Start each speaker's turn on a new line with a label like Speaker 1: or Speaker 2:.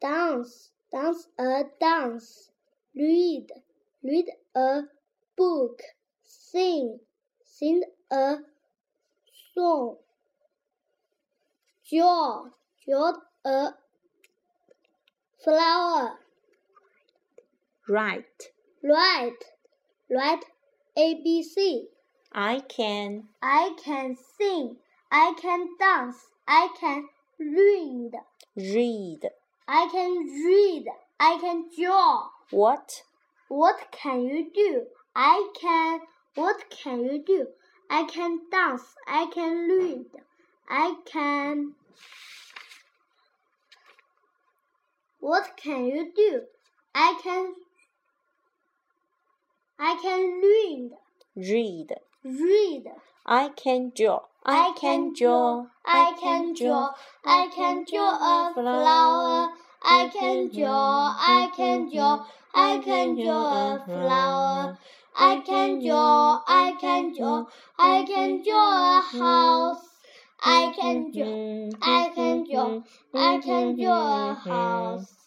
Speaker 1: dance, dance a dance, read, read a book, sing, sing a song, draw, draw a flower,
Speaker 2: Right.
Speaker 1: write, write ABC.
Speaker 2: I can.
Speaker 1: I can sing, I can dance, I can read,
Speaker 2: Read.
Speaker 1: I can read, I can draw.
Speaker 2: What?
Speaker 1: What can you do? I can. What can you do? I can dance, I can read, I can. What can you do? I can. I can read,
Speaker 2: Read.
Speaker 1: read.
Speaker 2: I can draw. I can draw.
Speaker 1: I can draw. I can draw a flower. I can draw. I can draw. I can draw a flower. I can draw. I can draw. I can draw a house.
Speaker 2: Mm-hmm.
Speaker 1: I can draw. I can draw. I can draw a house.